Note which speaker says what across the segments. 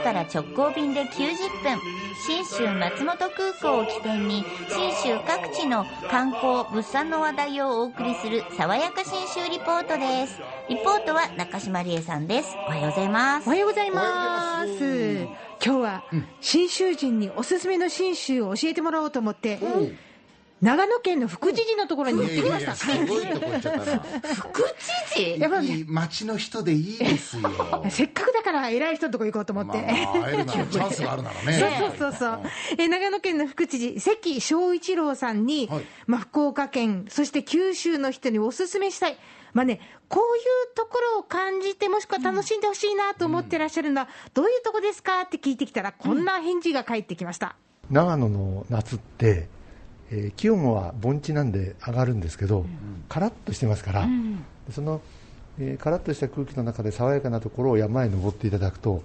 Speaker 1: から直行便で90分信州松本空港を起点に信州各地の観光物産の話題をお送りする「爽やか信州リポート」ですリポートは中島理恵さんですおはようございます
Speaker 2: おはようございます今日は信州人におすすめの信州を教えてもらおうと思って、長野県の福知寺のところに行ってきました、
Speaker 3: すごいとこ行っちゃった
Speaker 1: 福知事
Speaker 2: やっぱ
Speaker 3: な。いい町の人でいいですよ。
Speaker 2: せっかくだから偉い人のとこ行こうと思って、
Speaker 3: まあまあ会えるならチャンスがあるならね。
Speaker 2: そうそうそうそう、えー長野県の副知事、関翔一郎さんに、
Speaker 3: はい
Speaker 2: まあ、福岡県、そして九州の人にお勧めしたい、まあね、こういうところを感じて、もしくは楽しんでほしいなと思ってらっしゃるのは、どういうとこですかって聞いてきたら、こんな返事が返ってきました。
Speaker 4: 長野の夏って、えー気温は盆地なんで上がるんですけど、カラッとしてますから、その、えーカラッとした空気の中で爽やかなところを山へ登っていただくと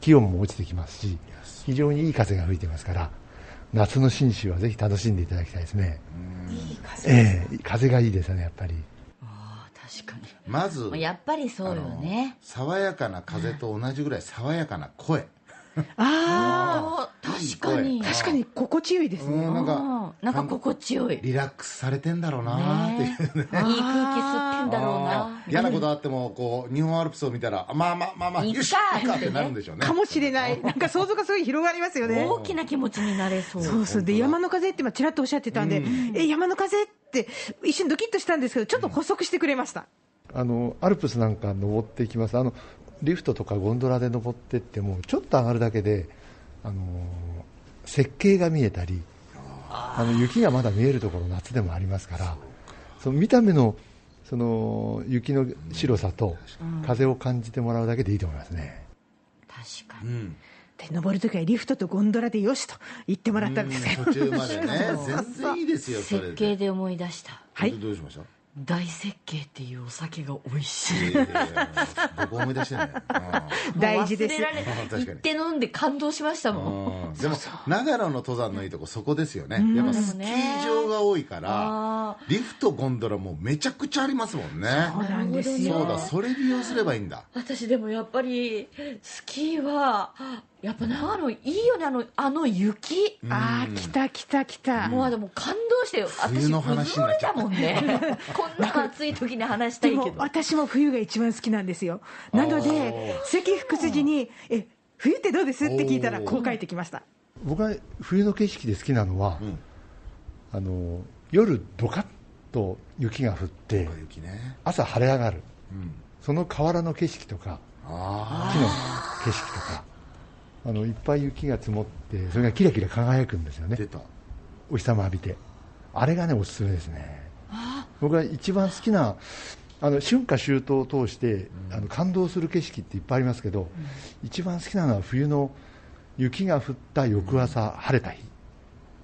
Speaker 4: 気温も落ちてきますし非常にいい風が吹いてますから夏の信州はぜひ楽しんでいただきたいですねええ風がいいですよねやっぱり
Speaker 1: あー確か
Speaker 3: まず
Speaker 1: にやっぱりそうよね
Speaker 3: あの爽やかな風と同じぐらい爽やかな声。
Speaker 2: あ
Speaker 1: あー確かに
Speaker 3: いい
Speaker 2: あ
Speaker 3: 声
Speaker 2: 確かに心地よいです
Speaker 3: う
Speaker 2: ね、
Speaker 3: んな
Speaker 1: あ
Speaker 3: んか
Speaker 1: ーなんか心地よいいい
Speaker 3: リラックスされてんだろうなっていう。
Speaker 1: 空気吸ってんだろう
Speaker 3: あ
Speaker 1: な
Speaker 3: ー嫌なことあってもこう日本アルプスを見たらあまあまあまあまあ
Speaker 1: いっか
Speaker 3: よしいっかってなるんでしょうね
Speaker 2: かもしれない、なんか想像がすごい広がりますよね。
Speaker 1: 大きな気持ちになれそう
Speaker 2: そうそうで山の風って今ちらっとおっしゃってたんで、え山の風って一瞬ドキッとしたんですけどちょっと補足してくれました、
Speaker 4: あのアルプスなんか登っていきますあのリフトとかゴンドラで登っていってもちょっと上がるだけで、あのー雪景が見えたりあの雪がまだ見えるところ夏でもありますからその見た目のその雪の白さと風を感じてもらうだけでいいと思いますね。
Speaker 1: 確か
Speaker 3: う
Speaker 1: に
Speaker 3: ん
Speaker 2: で登るときはリフトとゴンドラでよしと言ってもらったんですけど、
Speaker 3: 途中までね全然いいですよそれ
Speaker 1: 設
Speaker 3: で
Speaker 1: 計で思い出した
Speaker 2: はい
Speaker 3: どうしました
Speaker 1: 大設計っていうお酒が美味しい
Speaker 3: いやいやいや僕思い出してない
Speaker 2: 大事です
Speaker 1: 忘れられない
Speaker 3: 確かに
Speaker 1: 行って飲んで感動しましたもん
Speaker 3: うんでも長野の登山のいいとこそこですよねやっぱスキー場が多いから
Speaker 1: あ
Speaker 3: リフトゴンドラもめちゃくちゃありますもんね
Speaker 2: そうなんです
Speaker 1: なる
Speaker 2: よ
Speaker 1: ほど
Speaker 3: そう
Speaker 1: ね
Speaker 3: だそれ利用すればいいんだ
Speaker 1: 私でもやっぱりスキーはやっぱ長野いいよねあのあの雪
Speaker 2: ああ来た来た来た、
Speaker 1: もうでも感動してよ
Speaker 3: 冬の話になっちゃった
Speaker 1: 私うずもれたもん ねこんな暑い時に話したい
Speaker 2: で
Speaker 1: けど
Speaker 2: も私も冬が一番好きなんですよなので関福筋に「え冬ってどうです?」って聞いたらこう書いてきました
Speaker 4: 僕は冬の景色で好きなのは、
Speaker 3: ん
Speaker 4: あの夜ドカッと雪が降って、
Speaker 3: 雪ね
Speaker 4: 朝晴れ上がる、
Speaker 3: ん
Speaker 4: その河原の景色とか
Speaker 3: あ
Speaker 4: 木の景色とかあのいっぱい雪が積もってそれがキラキラ輝くんですよ
Speaker 3: あ出
Speaker 4: ね
Speaker 3: た
Speaker 4: お日様浴びてあれがねおすすめですね僕が一番好きなあの春夏秋冬を通して、あの感動する景色っていっぱいありますけど、一番好きなのは冬の雪が降った翌朝、晴れた日も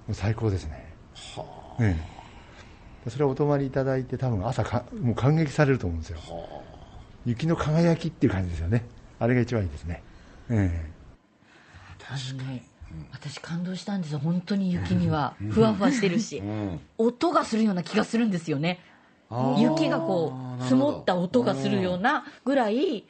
Speaker 4: う最高ですねええそれはお泊まりいただいて多分朝かもう感激されると思うんですよ雪の輝きっていう感じですよねあれが一番いいですね、ええ
Speaker 3: 確かに
Speaker 1: ね私感動したんですよ本当に雪にはふわふわしてるし、
Speaker 3: ん
Speaker 1: 音がするような気がするんですよね
Speaker 3: あー
Speaker 1: 雪がこ
Speaker 3: なるほ
Speaker 1: う
Speaker 3: ど
Speaker 1: 積もった音がするようなぐらい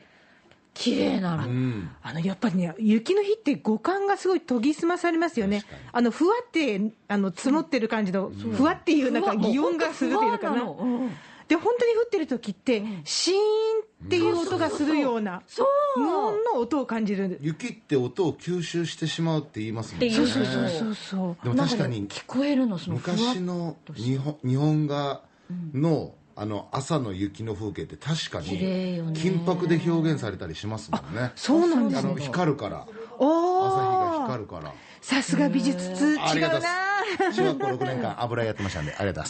Speaker 1: 綺麗なの、
Speaker 3: うん
Speaker 2: あのやっぱりね、雪の日って五感がすごい研ぎ澄まされますよね、あのふわってあの積もってる感じの、ふわっていうなんか、擬音がするというのかな、
Speaker 1: もう本当不安のうん
Speaker 2: で本当に降ってる時って、シーンっていう音がするような、
Speaker 1: そう
Speaker 2: 無音の音を感じる、
Speaker 3: 雪って音を吸収してしまうって言いますもんね
Speaker 1: っていうそうそう
Speaker 2: そうそう、
Speaker 3: でも確かに
Speaker 1: 聞こえるのそのふわっ
Speaker 3: 昔の日本日本画の,、あの朝の雪の風景って確かに
Speaker 1: 綺麗よね
Speaker 3: 金箔で表現されたりしますもんね
Speaker 2: そうなんで
Speaker 3: あ
Speaker 2: す
Speaker 3: の
Speaker 2: ね、
Speaker 3: 光るから朝日が
Speaker 2: おー
Speaker 3: 光るから
Speaker 2: さすが美術通、違う
Speaker 3: ありがとうござい
Speaker 2: な。
Speaker 3: ます中学校6年間油絵やってましたんでありがとうござい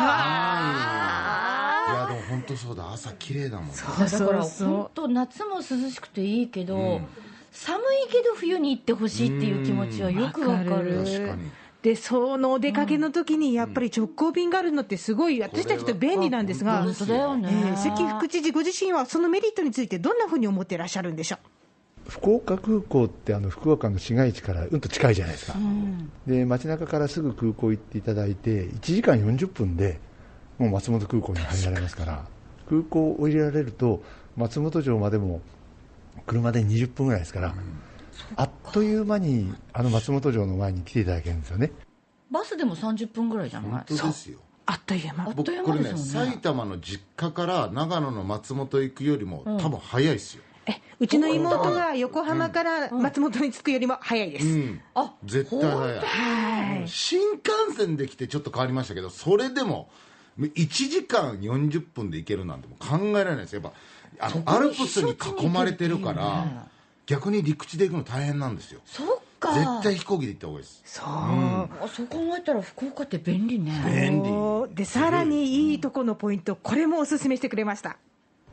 Speaker 3: ますはいいやでも本当そうだ朝綺麗だもんね
Speaker 1: だから
Speaker 2: そうそう
Speaker 1: 本当夏も涼しくていいけど、寒いけど冬に行ってほしいっていう気持ちはよくわかる
Speaker 3: 確かに
Speaker 2: でそのお出かけの時にやっぱり直行便があるのってすごい私たちって便利なんですが、
Speaker 1: 本当だよね、
Speaker 2: えー関副知事ご自身はそのメリットについてどんなふうに思ってらっしゃるんでしょ
Speaker 4: 福岡空港ってあの福岡の市街地からうんと近いじゃないですか、で街中からすぐ空港行っていただいて1時間40分でもう松本空港に入られますから空港を降りられると松本城までも車で20分ぐらいですから、あっという間にあの松本城の前に来ていただけるんですよね
Speaker 5: バスでも30分ぐらいじゃない
Speaker 3: 本当ですよ
Speaker 2: あっという間
Speaker 5: あっとい
Speaker 3: 僕
Speaker 5: う
Speaker 3: こ
Speaker 5: 間
Speaker 3: れ
Speaker 5: です
Speaker 3: ね
Speaker 5: もんね
Speaker 3: 埼玉の実家から長野の松本行くよりも多分早いですよ、
Speaker 2: えうちの妹が横浜から松本に着くよりも早いです、
Speaker 3: うん
Speaker 5: あ
Speaker 3: 絶対早い新幹線で来てちょっと変わりましたけどそれでも1時間40分で行けるなんてもう考えられないですやっぱあのアルプスに囲まれてるか
Speaker 5: そこに避暑地に行けるっていう
Speaker 3: ら
Speaker 5: ね
Speaker 3: 逆に陸地で行くの大変なんですよ
Speaker 5: そっか
Speaker 3: 絶対飛行機で行った方がいいです
Speaker 2: そう、
Speaker 5: あそう考えたら福岡って便利ね
Speaker 3: 便利
Speaker 2: でさらにいいとこのポイント、これもおすすめしてくれました。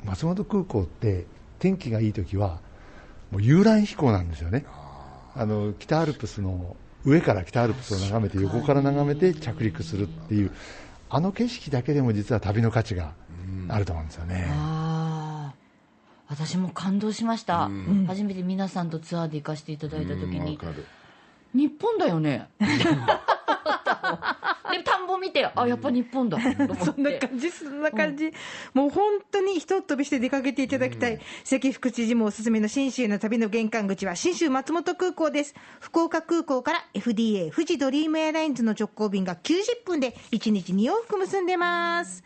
Speaker 4: 松本空港って天気がいい時はもう遊覧飛行なんですよねあの北アルプスの上から北アルプスを眺めて横から眺めて着陸するっていうあの景色だけでも実は旅の価値があると思うんですよね、
Speaker 5: ああ私も感動しました、初めて皆さんとツアーで行かせていただいた時
Speaker 3: うんわ
Speaker 5: に
Speaker 3: かる
Speaker 5: 日本だよねで田んぼ見てあやっぱ日本だと思って
Speaker 2: そんな感じ、そんな感じ、もう本当にひとっ飛びして出かけていただきたい、関副知事もおすすめの信州の旅の玄関口は、信州松本空港です、福岡空港から FDA、富士ドリームエアラインズの直行便が90分で、1日2往復結んでます、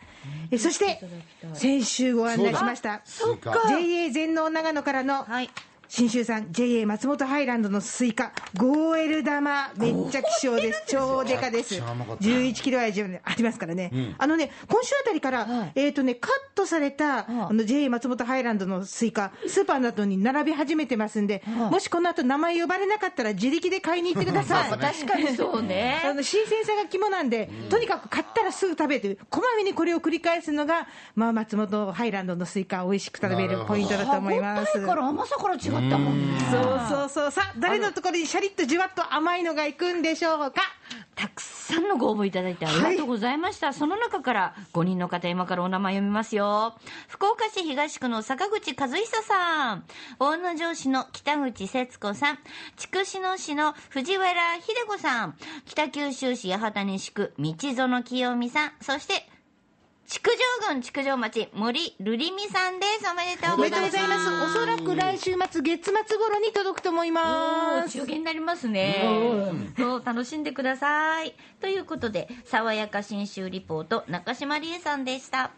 Speaker 2: えそして先週ご案内しました、
Speaker 3: そうだ
Speaker 2: JA 全農長野からの
Speaker 1: はい
Speaker 2: 信州産 JA 松本ハイランドのスイカ 5L 玉めっちゃ希少です超デカです
Speaker 3: めっちゃ甘かった
Speaker 2: 11キロ味ありますからね、あのね今週あたりから、
Speaker 5: はい
Speaker 2: えっ、とねカットされた、
Speaker 5: い
Speaker 2: あの JA 松本ハイランドのスイカスーパーなどに並び始めてますんで、
Speaker 5: はい
Speaker 2: もしこの後名前呼ばれなかったら自力で買いに行ってください
Speaker 5: 確かにそうね
Speaker 2: あの新鮮さが肝なんで、とにかく買ったらすぐ食べて、こまめにこれを繰り返すのが、まあ、松本ハイランドのスイカ、美味しく食べるポイントだと思います。
Speaker 5: 歯応えから甘さから違ったもんね
Speaker 2: そうそうそうさあ誰のところにシャリッとじわっと甘いのがいくんでしょうか
Speaker 5: たくさんのご応募いただいてありがとうございました、その中から5人の方今からお名前読みますよ
Speaker 1: 福岡市東区の坂口和久さん、大野城市の北口節子さん、筑紫野市の藤原秀子さん、北九州市八幡西区道園清美さん、そして、築城郡築城町森瑠璃美さんです。おめでとう
Speaker 2: お
Speaker 1: ご
Speaker 2: め
Speaker 1: ざい
Speaker 2: でとう
Speaker 1: ま
Speaker 2: ご
Speaker 1: す
Speaker 2: ざい。ますおそらく来週末月末頃に届くと思い
Speaker 1: お
Speaker 2: ま
Speaker 1: ー
Speaker 2: す
Speaker 1: 中継になりますね。そう、楽しんでください。ということで、爽やか新州リポート、中島理恵さんでした。